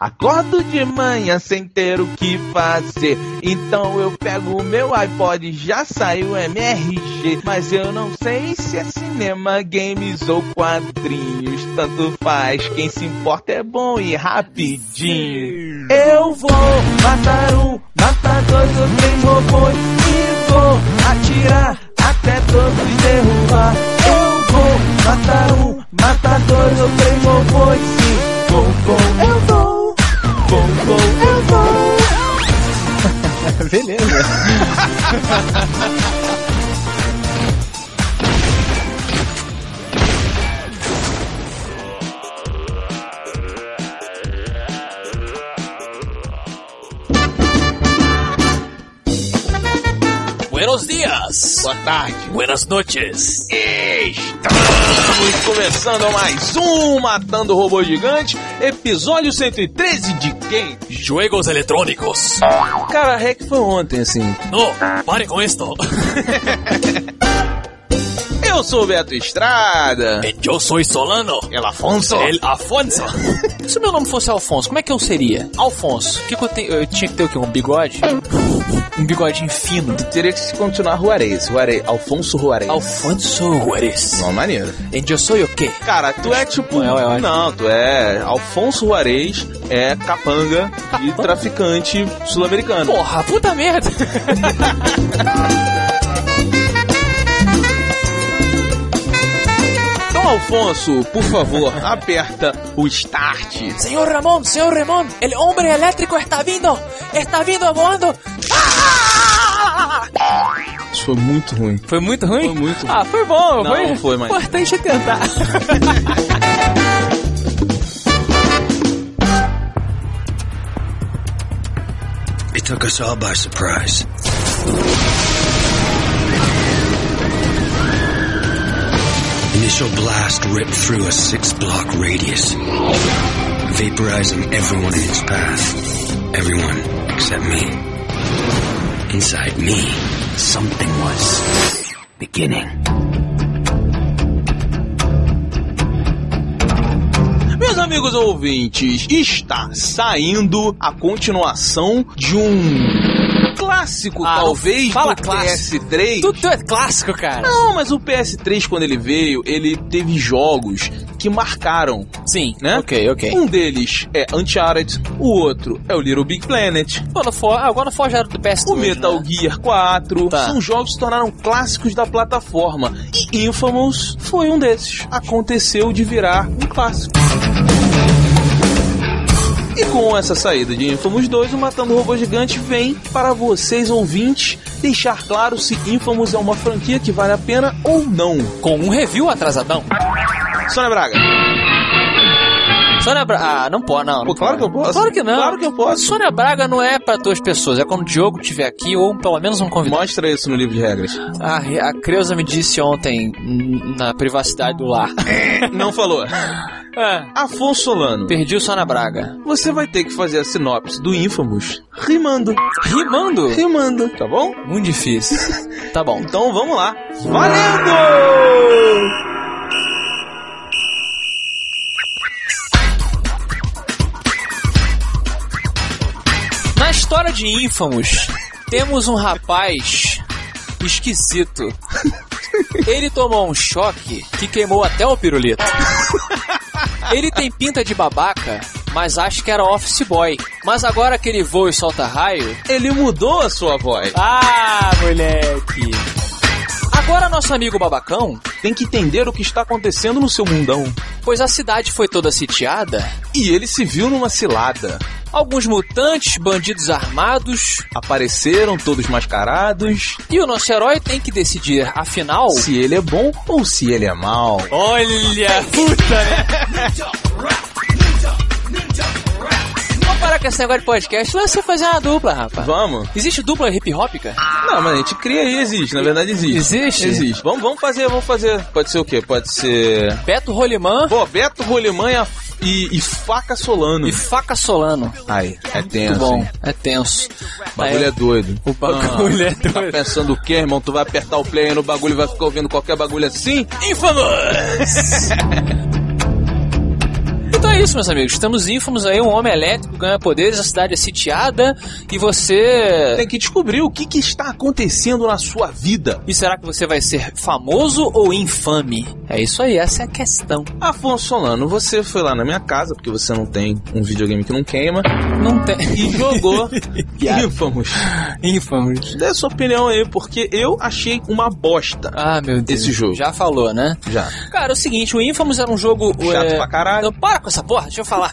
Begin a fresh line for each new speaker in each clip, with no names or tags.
Acordo de manhã sem ter o que fazer. Então eu pego o meu iPod, já saiu MRG. Mas eu não sei se é cinema, games ou quadrinhos. Tanto faz, quem se importa é bom e rapidinho. Eu vou matar um, matar dois ou três robôs. E vou atirar até todos derrubar. Eu vou matar um, matar dois ou três robôs. E vou, vou, eu vou, vou, vou, eu vou.
Beleza.
Buenos dias!
Boa tarde.
Buenas noches!
Estamos começando mais um Matando o Robô Gigante, episódio 113 de quem?
Juegos eletrônicos!
Cara, Rec foi ontem, assim.
No, pare com esto!
Eu sou o Beto Estrada.
Eu sou Eh, Solano!
El Afonso.
El Afonso! Se meu nome fosse Alfonso, como é que eu seria? Alfonso, o que, que eu tenho? Eu tinha que ter o quê? Um bigode? Um bigodinho fino.
Teria que se continuar Juarez. Juarez. Alfonso Juarez.
Alfonso Juarez.
Uma maneira.
E eu sou o quê?
Cara, tu é tipo.
Não, eu acho.
Não, tu é. Alfonso Juarez é capanga e traficante sul-americano.
Porra, puta merda!
Então, Alfonso, por favor, aperta o start.
Senhor Ramón, senhor Ramón, el hombre elétrico está vindo! Está vindo voando!
Isso foi muito ruim.
Foi muito ruim?
Foi muito ruim.
Ah, foi bom.
Não,
foi,
não foi, mas-
importante é tentar.
It took us all by surprise. Initial blast ripped through a six block radius, vaporizing everyone in its path. Everyone except me. Inside me, something was beginning.
Meus amigos ouvintes, está saindo a continuação de um clássico,
Ah,
talvez,
fala
do
clássico.
PS3.
Tudo é clássico, cara.
Não, mas o PS3, quando ele veio, ele teve jogos que marcaram,
Sim,
né?
Ok, ok.
Um deles é Uncharted, o outro é o Little Big Planet,
Agora for, agora for já era do PS2.
o Metal
né?
Gear 4.
Tá.
São jogos que se tornaram clássicos da plataforma. E Infamous foi um desses. Aconteceu de virar um clássico. E com essa saída de Infamous 2, o Matando Robô Gigante vem para vocês ouvintes deixar claro se Infamous é uma franquia que vale a pena ou não.
Com um review atrasadão.
Sônia Braga.
Sônia Braga. Ah, não pode, não. não
Pô, claro
pode.
que eu posso.
Claro que não.
Claro que eu posso.
Sônia Braga não é pra duas pessoas. É quando o Diogo estiver aqui ou pelo menos um convidado.
Mostra isso no livro de regras.
Ah, A, Creuza me disse ontem, n- na privacidade do lar.
Não falou.
Ah,
Afonso Solano.
Perdi o Sônia Braga.
Você vai ter que fazer a sinopse do Infamous rimando.
Rimando?
Rimando, tá bom?
Muito difícil. Tá bom.
Então vamos lá. Valendo!
Na história de Infamous, temos um rapaz esquisito. Ele tomou um choque que queimou até o pirulito. Ele tem pinta de babaca, mas acho que era office boy. Mas agora que ele voa e solta raio.
Ele mudou a sua voz.
Ah, moleque! Agora nosso amigo babacão,
Tem que entender o que está acontecendo no seu mundão.
pois a cidade foi toda sitiada,
E ele se viu numa cilada.
alguns mutantes, bandidos armados,
Apareceram todos mascarados.
e o nosso herói tem que decidir, afinal.
Se ele é bom ou se ele é mal.
Olha, puta, né? Vamos parar com esse negócio de podcast. Lá você fazer uma dupla, rapaz.
Vamos?
Existe dupla hip hop, cara?
Não, mas a gente cria e existe. Na verdade existe.
Existe?
Existe. Vamos, vamos fazer, vamos fazer. Pode ser o quê? Pode ser...
Beto Rolimã
Pô, Beto Rolimã e a- e, e Faca Solano.
e Faca Solano.
Ai, é
Muito
tenso.
bom,
hein?
é tenso.
O bagulho é doido.
O bagulho é
Tá
doido.
pensando o quê, irmão? Tu vai apertar o play aí no bagulho e vai ficar
É
é ouvindo qualquer bagulho assim?
Infamous! Então é isso, meus amigos. Estamos ínfimos aí, um homem elétrico ganha poderes, a cidade é sitiada e você.
Tem que descobrir o que, que está acontecendo na sua vida.
E será que você vai ser famoso ou infame? É isso aí, essa é a questão.
Afonso Solano, você foi lá na minha casa, porque você não tem um videogame que não queima,
Não tem.
e jogou Infamous.
Infamous.
Dê a sua opinião aí, porque eu achei uma bosta.
Ah, meu Deus.
Esse jogo.
Já falou, né?
Já.
Cara, é o seguinte, o Infamous era um jogo...
Chato
é...
pra caralho.
Não, para com essa porra, deixa eu falar.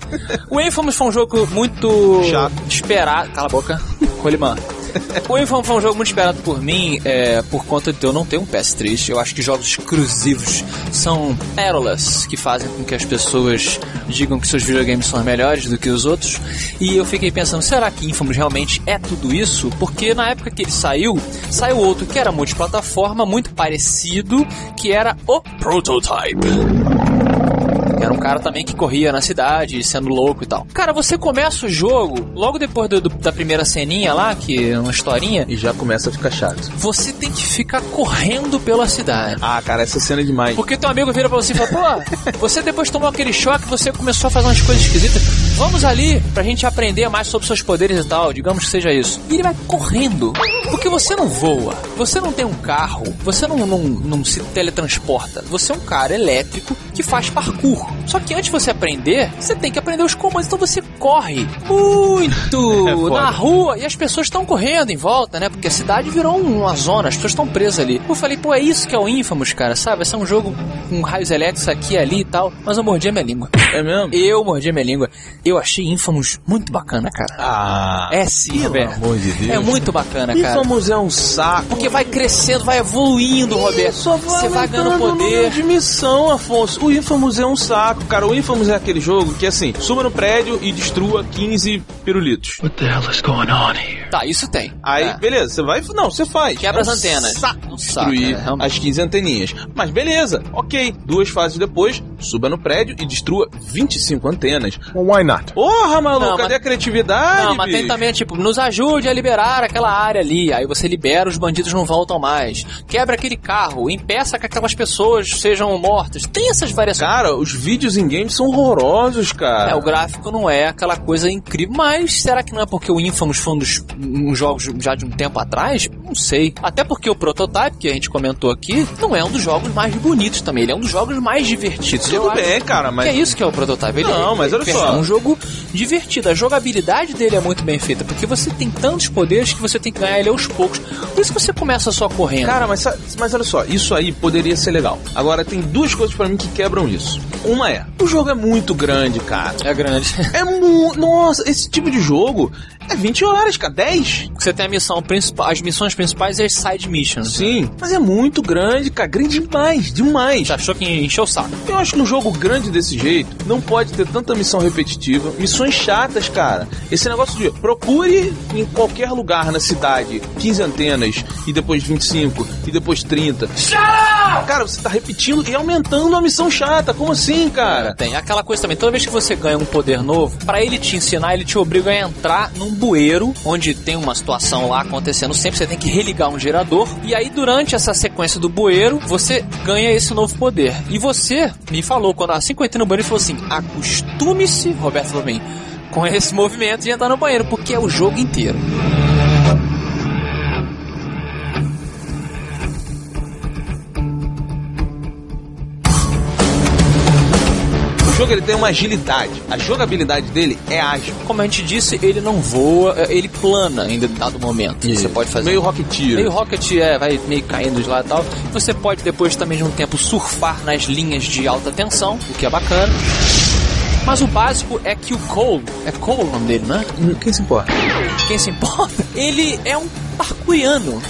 o Infamous foi um jogo muito...
Chato.
Esperado... Cala a boca. Colimã. O Infamous foi um jogo muito esperado por mim, é, por conta de eu não ter um PS3. Eu acho que jogos exclusivos são pérolas que fazem com que as pessoas digam que seus videogames são melhores do que os outros. E eu fiquei pensando, será que Infamous realmente é tudo isso? Porque na época que ele saiu, saiu outro que era multiplataforma, muito parecido, que era o Prototype. Que Era um cara também que corria na cidade, sendo louco e tal. Cara, você começa o jogo, logo depois do- do- da primeira ceninha lá, que é uma historinha,
E já começa a ficar chato.
você tem que ficar correndo pela cidade.
Ah, cara, essa cena é demais.
Porque teu amigo vira pra você e fala, pô, você depois tomou aquele choque, você começou a fazer umas coisas esquisitas. Vamos ali pra gente aprender mais sobre seus poderes e tal, digamos que seja isso. E ele vai correndo. Porque você não voa, você não tem um carro, você não, não, não se teletransporta. Você é um cara elétrico que faz parkour. Só que antes de você aprender, você tem que aprender os comandos, então você corre muito
É foda. né?
na rua e as pessoas estão correndo em volta, né? Porque a cidade virou um, uma zona, as pessoas estão presas ali. Eu falei, pô, é isso que é o Infamous, cara, sabe? Vai ser um jogo com raios elétricos aqui e ali e tal, mas eu mordi a minha língua.
É mesmo?
Eu mordi a minha língua. Eu achei Infamous muito bacana, cara.
Ah,
É sim,
pelo
Roberto.
amor de Deus.
É muito bacana, cara.
Infamous é um saco.
Porque vai crescendo, vai evoluindo, Roberto.
Só vai
Você vai ganhando
aumentando o número
poder.
de missão, Afonso. O Infamous é um saco, cara. O Infamous é aquele jogo que, assim, suba no prédio e destrua 15 pirulitos.
Tá, isso tem.
Aí,
É.
beleza, você vai. Não, você faz. É
Quebra as antenas.
Saco
Um saco,
destruir
é, realmente.
as 15 anteninhas. Mas beleza, ok. Duas fases depois, suba no prédio e destrua 25 antenas.
why not?
Porra, maluco,
Não,
cadê
mas-
a criatividade?
Não, mas tem
bicho?
também, tipo, nos ajude a liberar aquela área ali. Aí você libera, os bandidos não voltam mais. Quebra aquele carro, impeça que aquelas pessoas sejam mortas. Tem essas variações.
Cara, os vídeos em games são horrorosos, cara.
É, o gráfico não é aquela coisa incrível, mas será que não é porque o Infamous foi um dos um jogos já de um tempo atrás? Não sei. Até porque o Prototype, que a gente comentou aqui, não é um dos jogos mais bonitos também. Ele é um dos jogos mais divertidos. Eu
Tudo
acho
bem, cara, mas.
que é isso que é o prototype. Ele
Não,
é,
mas olha
é
só.
um jogo divertido. A jogabilidade dele é muito bem feita, porque você tem tantos poderes que você tem que ganhar ele aos poucos. Por isso que você começa só correndo.
Cara, mas, sa- mas olha só, isso aí poderia ser legal. Agora, tem duas coisas pra mim que quebram isso. Uma é, o jogo é muito grande, cara.
é grande.
É muito. Nossa, esse tipo de jogo é 20 horas, cara. 10?
Você tem a missão principal, as missões principais e as side missions.
Sim. Mas é muito grande, cara. Grande demais, demais.
Você achou que encheu o saco?
Eu acho que um jogo grande desse jeito não pode ter tanta missão repetitiva, missões chatas, cara. Esse negócio de procure em qualquer lugar na cidade 15 antenas e depois 25 e depois 30. Cara, você tá repetindo e aumentando a missão chata. Como assim, cara?
Tem aquela coisa também, toda vez que você ganha um poder novo, pra ele te ensinar, ele te obriga a entrar num bueiro, onde tem uma situação lá acontecendo sempre, você tem que religar um gerador, e aí durante essa sequência do bueiro, você ganha esse novo poder. E você me falou, quando assim que eu entrei no bueiro, ele falou assim, acostume-se, Roberto falou pra mim, com esse movimento de entrar no banheiro, porque é o jogo inteiro.
O jogo ele tem uma agilidade. A jogabilidade dele é ágil.
Como a gente disse, ele não voa, é, ele plana em dado momento. Você pode fazer
Meio rocketeer.
Meio Rocket, é, vai meio caindo de lá e tal. Você pode depois também de um tempo surfar nas linhas de alta tensão, o que é bacana. Mas o básico é que o Cole, é Cole o nome dele, né?
Quem se importa?
Quem se importa? Ele é um parkouriano.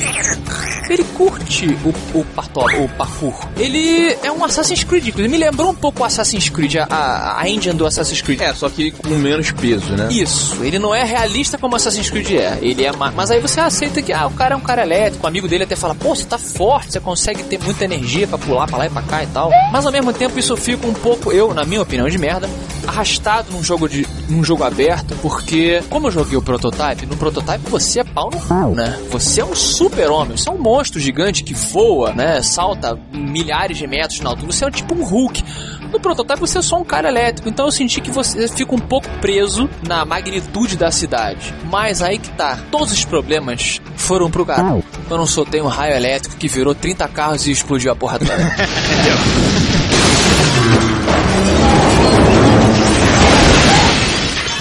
Ele curte o, o, parto, o parkour. Ele é um Assassin's Creed, inclusive. Me lembrou um pouco o Assassin's Creed, a- a, a engine do Assassin's Creed.
É, só que com menos peso, né?
Isso, ele não é realista como Assassin's Creed é. Ele é ma- mas aí você aceita que ah, o cara é um cara elétrico, o amigo dele até fala, pô, você tá forte, você consegue ter muita energia pra pular pra lá e pra cá e tal. Mas ao mesmo tempo isso fica um pouco, eu, na minha opinião, de merda, arrastado num jogo de num jogo aberto, porque como eu joguei o prototype, no prototype você é pau no cu, né? Você é um super-homem, você é um monstro gigante que voa, né? Salta milhares de metros na altura, você é tipo um Hulk. No prototype você é só um cara elétrico, então eu senti que você fica um pouco preso na magnitude da cidade. Mas aí que tá, todos os problemas foram pro caralho. Eu não soltei um raio elétrico que virou 30 carros e explodiu a porra toda.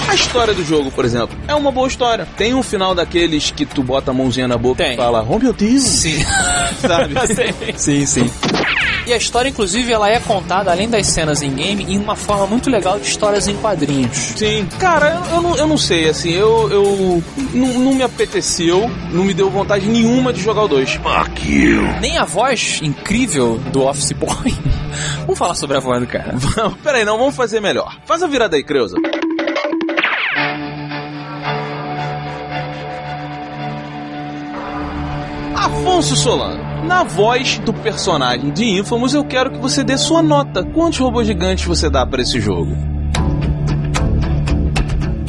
A história do jogo, por exemplo, é uma boa história. Tem um final daqueles que tu bota a mãozinha na boca
Tem.
e fala, oh meu Deus,
Sim.
sabe?
sim, sim. E a história, inclusive, ela é contada, além das cenas em game, em uma forma muito legal de histórias em quadrinhos.
Sim. Cara, eu, eu, não, eu não sei, assim, eu, eu não, não me apeteceu, não me deu vontade nenhuma de jogar o 2.
Nem a voz incrível do Office Boy. Vamos falar sobre a voz do cara.
Não, peraí, não, vamos fazer melhor. Faz a virada aí, Creuza. Afonso Solano, na voz do personagem de Infamous, eu quero que você dê sua nota. Quantos robôs gigantes você dá pra esse jogo?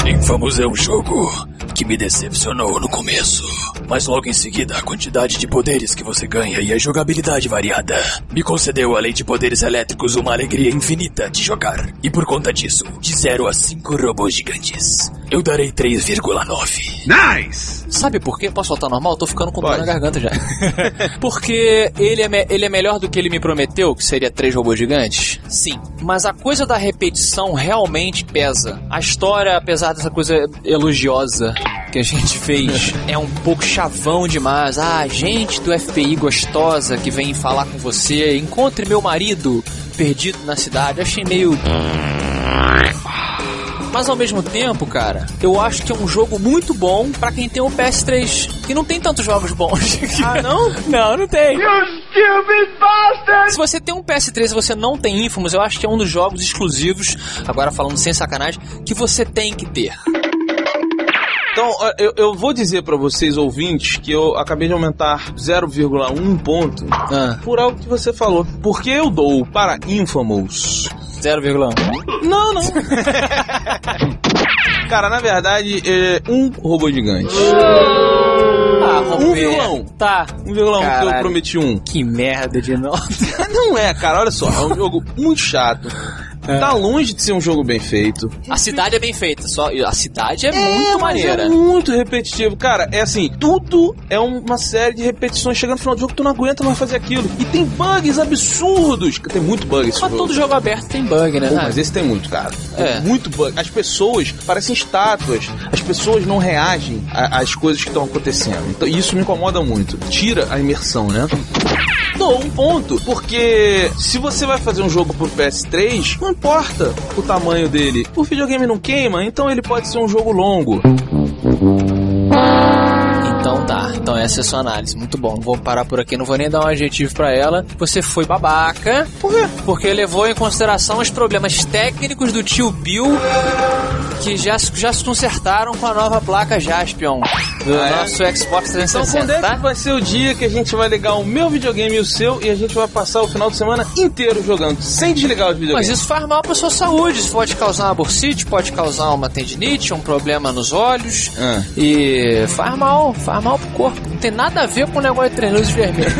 Infamous é um jogo que me decepcionou no começo, mas logo em seguida a quantidade de poderes que você ganha e a jogabilidade variada me concedeu, além de poderes elétricos, uma alegria infinita de jogar. E por conta disso, de 0 a 5 robôs gigantes, eu darei 3,9.
Sabe por quê? Posso soltar normal? Tô ficando com dor
Pode.
na garganta já. Porque ele é, me- ele é melhor do que ele me prometeu, que seria três robôs gigantes? Sim. Mas a coisa da repetição realmente pesa. A história, apesar dessa coisa elogiosa que a gente fez, é um pouco chavão demais. Ah, gente do FBI gostosa que vem falar com você, encontre meu marido perdido na cidade. Achei meio mas ao mesmo tempo, cara, eu acho que é um jogo muito bom pra quem tem o PS3, que não tem tantos jogos bons. Ah, não? não, não tem. Se você tem um PS3 e você não tem Infamous, eu acho que é um dos jogos exclusivos, agora falando sem sacanagem, que você tem que ter.
Então, ó, eu, eu vou dizer pra vocês, ouvintes, que eu acabei de aumentar 0,1 ponto
Ah,
por algo que você falou. Porque eu dou para Infamous
0,1.
Não, não. Cara, na verdade, é um robô gigante.
Ah, Roberto.
vilão.
Tá.
1,1 que eu
Caralho.
prometi um.
Que merda de nota.
Não é, cara, olha só. É um jogo muito chato. Tá longe de ser um jogo bem feito.
A cidade é bem feita, só a cidade é,
É,
muito
mas
maneira.
É muito repetitivo. Cara, é assim, tudo é uma série de repetições. Chegando no final do jogo, tu não aguenta mais fazer aquilo. E tem bugs absurdos. Tem muito bug esse
Mas
jogo.
todo jogo aberto tem bug, né?
Pô,
Ah,
mas esse tem muito, cara. Tem
É.
muito bug. As pessoas parecem estátuas. As pessoas não reagem a- às coisas que estão acontecendo. Então isso me incomoda muito. Tira a imersão, né? Dou um ponto, porque se você vai fazer um jogo pro PS3, não importa o tamanho dele. O videogame não queima, então ele pode ser um jogo longo.
Então tá, então essa é a sua análise. Muito bom, vou parar por aqui, não vou nem dar um adjetivo pra ela. Você foi babaca. Por quê? Porque levou em consideração os problemas técnicos do tio Bill que já, se- já se consertaram com a nova placa Jaspion do
Ah, é?
nosso Xbox
Então quando
360,
é que
tá?
vai ser o dia que a gente vai ligar o meu videogame e o seu e a gente vai passar o final de semana inteiro jogando, sem desligar os videogames?
Mas isso faz mal pra sua saúde. Isso pode causar uma bursite, pode causar uma tendinite, um problema nos olhos.
Ah.
E faz mal, faz mal pro corpo. Não tem nada a ver com o negócio de três luzes vermelhas.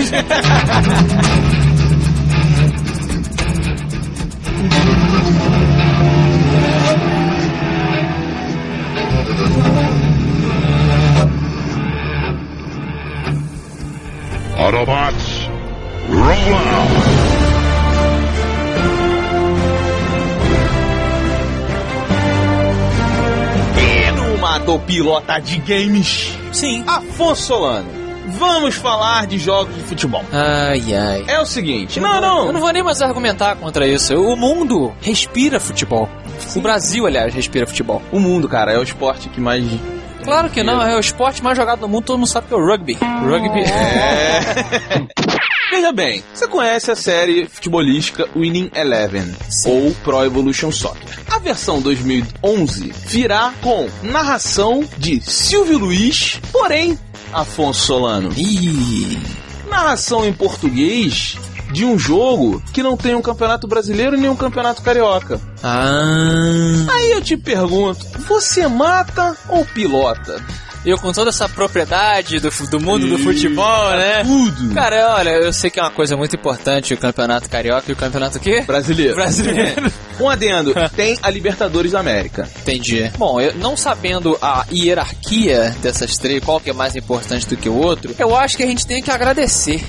Autobots, roll out!
E numa pilota de games,
Sim.
Afonso Solano, vamos falar de jogos de futebol.
Ai, ai.
É o seguinte, não,
Eu não
não,
vou nem mais argumentar contra isso. O mundo respira futebol. O Brasil, aliás, respira futebol.
o mundo, cara, é o esporte que mais...
Claro que não, é o esporte mais jogado do mundo, todo mundo sabe que é o rugby. É. Rugby.
Veja bem, você conhece a série futebolística Winning Eleven, ou Pro Evolution Soccer. A versão 2011 virá com narração de Silvio Luiz, porém, Afonso Solano.
Ih,
narração em português de um jogo que não tem um campeonato brasileiro nem um campeonato carioca.
Ah.
Aí eu te pergunto, você mata ou pilota?
Eu com toda essa propriedade do, fu- do mundo do futebol, né?
É Tudo.
Cara, olha, eu sei que é uma coisa muito importante o campeonato carioca e o campeonato o quê?
Brasileiro.
Brasileiro.
Um adendo. Tem a Libertadores da América.
Entendi. Bom, eu, não sabendo a hierarquia dessas três, qual que é mais importante do que o outro, eu acho que a gente tem que agradecer.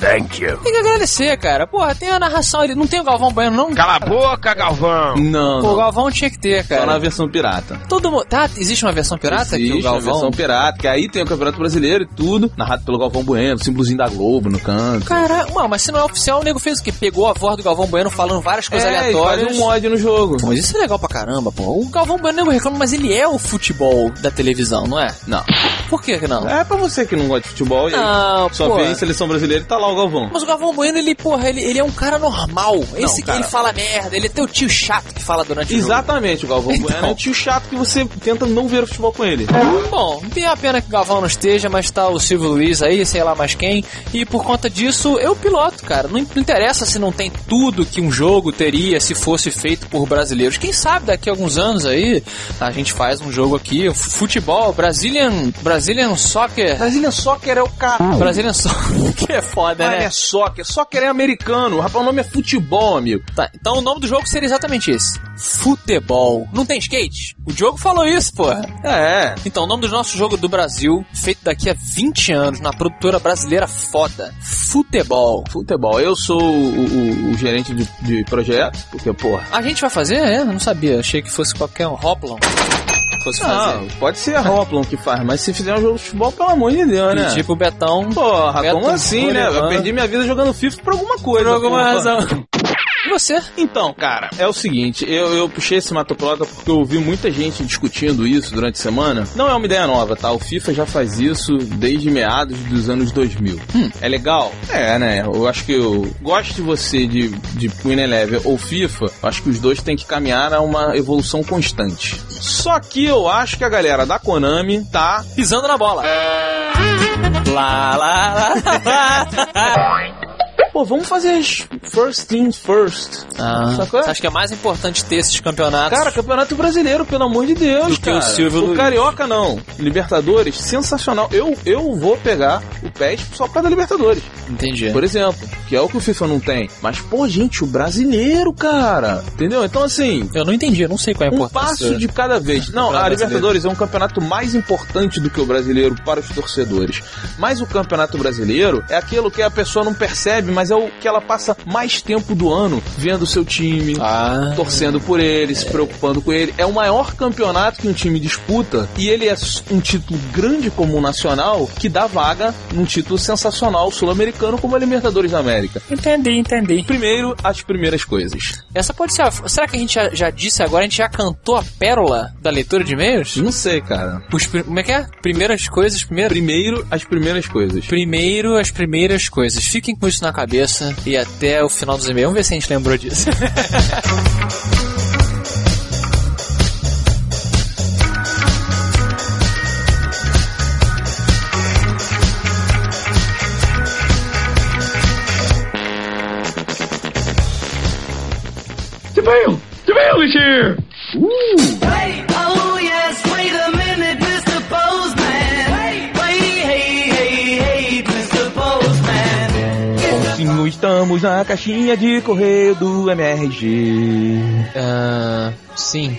Thank you.
Tem que agradecer, cara. Porra, tem a narração ali. Não tem o Galvão Bueno, não?
Cala a boca, Galvão.
Não.
Pô, o Galvão tinha que ter,
Só na
cara.
versão pirata.
Todo mundo. Tá, existe uma versão pirata que o
Existe a
Galvão.
versão pirata, que aí tem o Campeonato Brasileiro e tudo, narrado pelo Galvão Bueno, símbolozinho da Globo no canto.
Cara, mano, mas se não é oficial, o nego fez o quê? Pegou a voz do Galvão Bueno falando várias coisas
É, e
aleatórias.
faz um mod no jogo.
Pô, Mas isso é legal pra caramba, pô. O Galvão Bueno nego reclama, mas ele é o futebol da televisão, não é?
Não.
Por que que não?
É pra você que não gosta de futebol e aí
Não,
só
pô.
vê em seleção brasileira e tá lá o Galvão.
Mas o Galvão Bueno, ele, porra, ele, ele é um cara normal. Esse que
cara.
ele fala merda, ele é teu tio chato que fala
Tipo,
durante
Exatamente, o Galvão Bueno é um tio chato que você tenta não ver o futebol com ele.
o jogo. Bom, tem a pena que o Galvão não esteja, mas tá o Silvio Luiz aí, sei lá mais quem. E por conta disso, eu piloto, cara. Não interessa se não tem tudo que um jogo teria se fosse feito por brasileiros. Quem sabe daqui a alguns anos aí, a gente faz um jogo aqui, f- futebol, Brazilian, Brazilian Soccer.
Brasília Soccer é o cara.
Brazilian Soccer, que é foda,
Não
né?
é soccer, soccer é americano. Rapaz, o nome é futebol, amigo.
Tá, então o nome do jogo seria exatamente esse: Futebol. Não tem skate? O Diogo falou isso, pô.
É.
Então, o nome do nosso jogo do Brasil, feito daqui a 20 anos, na produtora brasileira foda: Futebol.
Futebol. Eu sou o, o- o gerente de, de projeto, porque, porra.
A gente vai fazer? É, não sabia. Achei que fosse qualquer um Hoplon que fosse
Não,
fazer.
pode ser a Hoplon que faz, mas se fizer um jogo de futebol, pelo amor de Deus, né?
Pedir pro tipo Betão.
Porra,
Beto
como assim, né? Eu
Olivan.
perdi minha vida jogando FIFA por alguma coisa.
Por alguma
porra.
razão. E você?
Então, cara, é o seguinte, eu, eu puxei esse matoplota porque eu ouvi muita gente discutindo isso durante a semana. Não é uma ideia nova, tá? O FIFA já faz isso desde meados dos anos 2000. É legal? É, né? Eu acho que eu gosto de você de, de Queen Eleven ou FIFA, eu acho que os dois têm que caminhar a uma evolução constante. Só que eu acho que a galera da Konami tá
Pisando na bola. Lá, lá, lá, lá.
Pô, vamos fazer as first teams first.
Ah,
Sacou?
você acha que é mais importante ter esses campeonatos?
Cara, campeonato brasileiro, pelo amor de Deus,
Do que o
cara.
Silvio
o
Luiz.
Carioca não. Libertadores, sensacional. Eu, eu vou pegar o PES só por causa da Libertadores,
Entendi.
por exemplo. Que é o que o FIFA não tem. Mas, pô, gente, o brasileiro, cara. Entendeu? Então, assim,
Eu não entendi, eu não sei qual é a
um
importância.
passo de cada vez. Não,
Campeonato
a Libertadores é um campeonato mais importante do que o brasileiro para os torcedores. Mas o campeonato brasileiro é aquilo que a pessoa não percebe, mas é o que ela passa mais tempo do ano vendo o seu time.
Ah,
Torcendo por ele, se preocupando com ele. É o maior campeonato que um time disputa e ele é um título grande como o nacional que dá vaga num título sensacional sul-americano como a Libertadores da América.
entendi, entendi.
Primeiro, as primeiras coisas.
Essa pode ser. A... Será que a gente já, já disse agora? A gente já cantou a pérola da leitura de e-mails?
Não sei, cara.
Os pri- Como é que é? Primeiras coisas, primeiro.
Primeiro, as primeiras coisas.
Primeiro, as primeiras coisas. Fiquem com isso na cabeça e até o final dos e-mails. Vamos ver se a gente lembrou disso.
Hey, oh yes, wait a minute, Mr. Postman. Wait, hey, hey, hey, Mr. Postman.
Sim, estamos na caixinha de correio do MRG.
Ah, sim.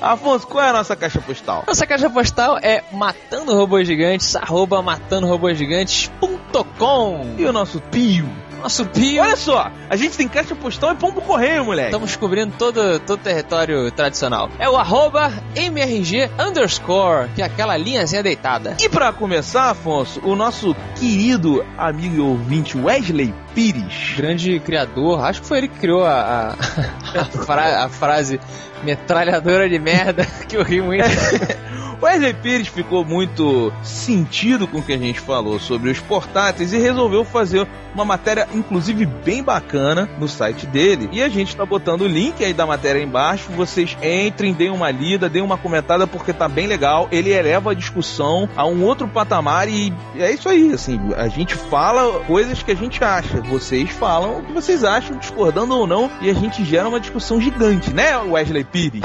Afonso, qual é a nossa caixa postal?
Nossa caixa postal é matando robôs gigantes, arroba matandorobogigantes.com.
E o nosso pio?
Nosso pio.
Olha só, a gente tem caixa postal e pombo correio, moleque.
Estamos cobrindo todo, todo o território tradicional. É o arroba MRG underscore, que é aquela linhazinha deitada.
E pra começar, Afonso, o nosso querido amigo e ouvinte Wesley Pires.
Grande criador, acho que foi ele que criou a, a, a fra- a frase metralhadora de merda, que eu ri muito.
É. Wesley Pires ficou muito sentido com o que a gente falou sobre os portáteis e resolveu fazer uma matéria, inclusive, bem bacana no site dele. E a gente tá botando o link aí da matéria aí embaixo. Vocês entrem, deem uma lida, deem uma comentada, porque tá bem legal. Ele eleva a discussão a um outro patamar e é isso aí, assim. A gente fala coisas que a gente acha. Vocês falam o que vocês acham, discordando ou não, e a gente gera uma discussão gigante, né, Wesley Pires?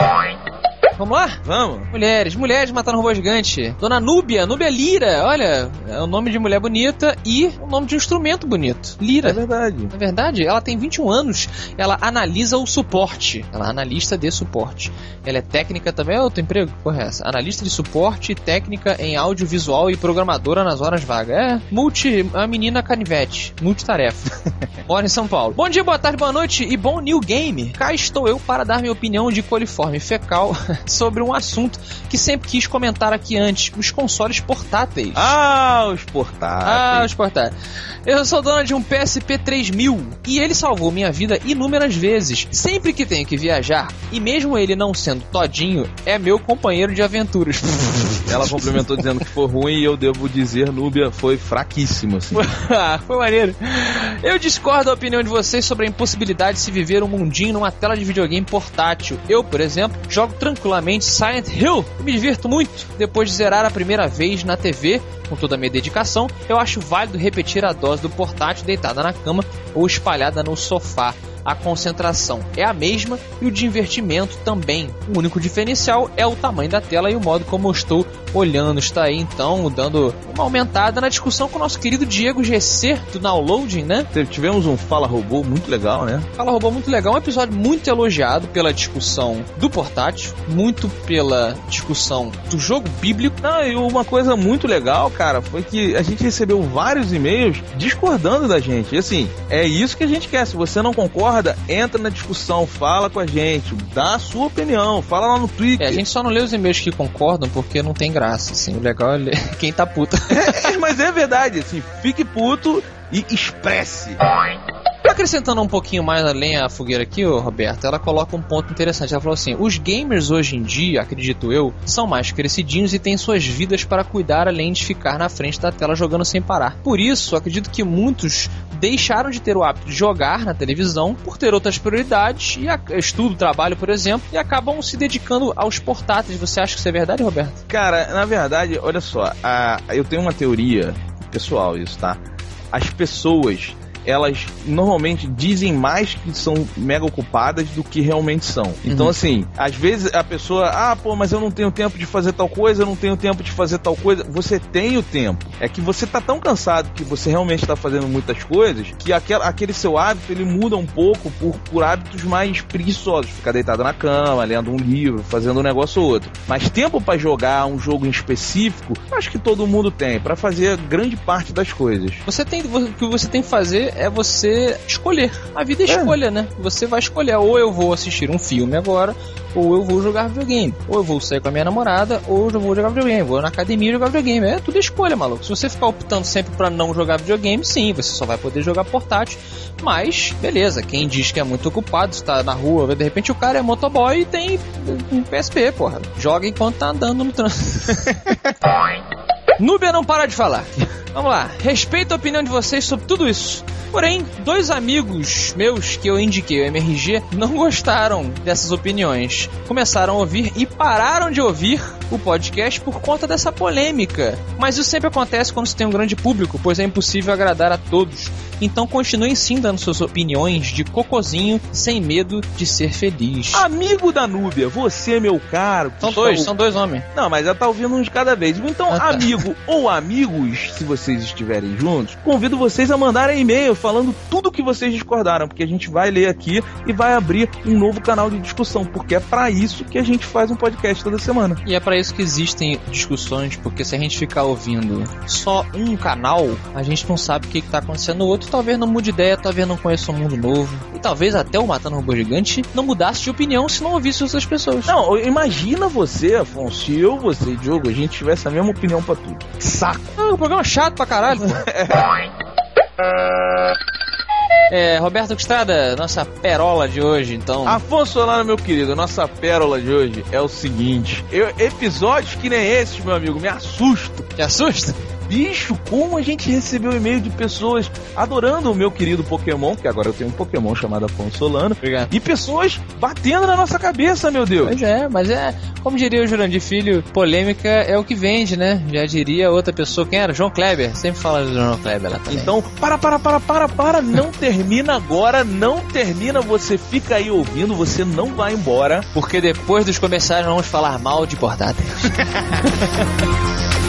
Vamos lá?
Vamos.
Mulheres, mulheres mataram robô gigante. Dona Núbia, Núbia Lira, olha, é o nome de mulher bonita e o nome de um instrumento bonito. Lira.
É verdade.
Na verdade, ela tem 21 anos, ela analisa o suporte. Ela é analista de suporte. Ela é técnica também, é outro emprego, porra é essa? Analista de suporte, e técnica em audiovisual e programadora nas horas vagas. É, multi, a menina canivete, multitarefa. Mora em São Paulo. Bom dia, boa tarde, boa noite e bom new game. Cá estou eu para dar minha opinião de coliforme fecal sobre um assunto que sempre quis comentar aqui antes, os consoles portáteis.
Ah, os portáteis.
Ah, os portáteis. Eu sou dona de um PSP 3000 e ele salvou minha vida inúmeras vezes. Sempre que tenho que viajar, e mesmo ele não sendo todinho, é meu companheiro de aventuras.
Ela complementou dizendo que foi ruim e eu devo dizer, Núbia, foi fraquíssimo. Assim.
Ah, foi maneiro. Eu discordo da opinião de vocês sobre a impossibilidade de se viver um mundinho numa tela de videogame portátil. Eu, por exemplo, jogo tranquilamente Silent Hill e me divirto muito. Depois de zerar a primeira vez na TV, com toda a minha dedicação, eu acho válido repetir a dose do portátil deitada na cama ou espalhada no sofá. A concentração é a mesma e o divertimento também. O único diferencial é o tamanho da tela e o modo como eu estou olhando. Está aí então dando uma aumentada na discussão com o nosso querido Diego GC do downloading, né?
Teve- Tivemos um Fala Robô muito legal, né?
Fala Robô muito legal, um episódio muito elogiado pela discussão do portátil, muito pela discussão do jogo bíblico.
Não, e uma coisa muito legal, cara, foi que a gente recebeu vários e-mails discordando da gente. E assim, é isso que a gente quer. Se você não concorda, entra na discussão, fala com a gente, dá a sua opinião, fala lá no Twitter.
É, a gente só não lê os e-mails que concordam porque não tem graça, assim. O legal é ler quem tá puta.
É, mas é verdade, assim, fique puto e expresse.
Acrescentando um pouquinho mais além a fogueira aqui, ô Roberto, ela coloca um ponto interessante. Ela falou assim: os gamers hoje em dia, acredito eu, são mais crescidinhos e têm suas vidas para cuidar além de ficar na frente da tela jogando sem parar. Por isso, acredito que muitos deixaram de ter o hábito de jogar na televisão por ter outras prioridades, e a- estudo, trabalho, por exemplo, e acabam se dedicando aos portáteis. Você acha que isso é verdade, Roberto?
Cara, na verdade, olha só, a- eu tenho uma teoria pessoal isso, tá? As pessoas, elas normalmente dizem mais que são mega ocupadas do que realmente são. Então,
Uhum.
assim, às vezes a pessoa, ah, pô, mas eu não tenho tempo de fazer tal coisa, eu não tenho tempo de fazer tal coisa. Você tem o tempo. É que você tá tão cansado que você realmente tá fazendo muitas coisas que aquela- aquele seu hábito ele muda um pouco por, por hábitos mais preguiçosos. Ficar deitado na cama, lendo um livro, fazendo um negócio ou outro. Mas tempo pra jogar um jogo em específico, acho que todo mundo tem, pra fazer grande parte das coisas.
Você tem, o que você tem que fazer é você escolher. A vida é
É.
escolha, né? Você vai escolher, ou eu vou assistir um filme agora, ou eu vou jogar videogame, ou eu vou sair com a minha namorada, ou eu vou jogar videogame, vou na academia jogar videogame. É tudo escolha, maluco. Se você ficar optando sempre pra não jogar videogame, sim, você só vai poder jogar portátil. Mas, beleza, quem diz que é muito ocupado, está na rua, de repente o cara é motoboy e tem um PSP, porra. Joga enquanto tá andando no trânsito. Núbia não para de falar. Vamos lá, respeito a opinião de vocês sobre tudo isso. Porém, dois amigos meus que eu indiquei o MRG não gostaram dessas opiniões. Começaram a ouvir e pararam de ouvir o podcast por conta dessa polêmica. Mas isso sempre acontece quando se tem um grande público, pois é impossível agradar a todos. Então continuem sim dando suas opiniões de cocozinho sem medo de ser feliz.
Amigo da Núbia, você, meu caro. que
são
está
dois,
ouvindo-
são dois homens.
Não, mas ela tá ouvindo um de cada vez. Então,
Ah, tá.
amigo ou amigos, se vocês estiverem juntos, convido vocês a mandarem e-mail falando tudo que vocês discordaram, porque a gente vai ler aqui e vai abrir um novo canal de discussão, porque é pra isso que a gente faz um podcast toda semana.
E é pra isso que existem discussões, porque se a gente ficar ouvindo só um canal, a gente não sabe o que, que tá acontecendo no outro. Talvez não mude ideia, talvez não conheça um mundo novo. E talvez até o Matando um Robô Gigante não mudasse de opinião se não ouvisse outras pessoas.
Não, imagina você, Afonso, se eu, você e Diogo, a gente tivesse a mesma opinião pra tudo. Saco.
Ah, o programa é chato pra caralho. pô. é, Roberto Estrada, nossa perola de hoje, então.
Afonso Solano, meu querido, nossa pérola de hoje é o seguinte: eu- episódios que nem esses, meu amigo, me assusto.
Te assusta?
Bicho, como a gente recebeu e-mail de pessoas adorando o meu querido Pokémon, que agora eu tenho um Pokémon chamado Afonso Solano, e pessoas batendo na nossa cabeça, meu Deus.
Pois é, mas é, como diria o Jurandir Filho, polêmica é o que vende, né? Já diria outra pessoa, quem era? João Kleber. Sempre fala do João Kleber lá também.
Então, para, para, para, para, para, não termina agora, não termina, você fica aí ouvindo, você não vai embora.
Porque depois dos comerciais nós vamos falar mal de portáteis.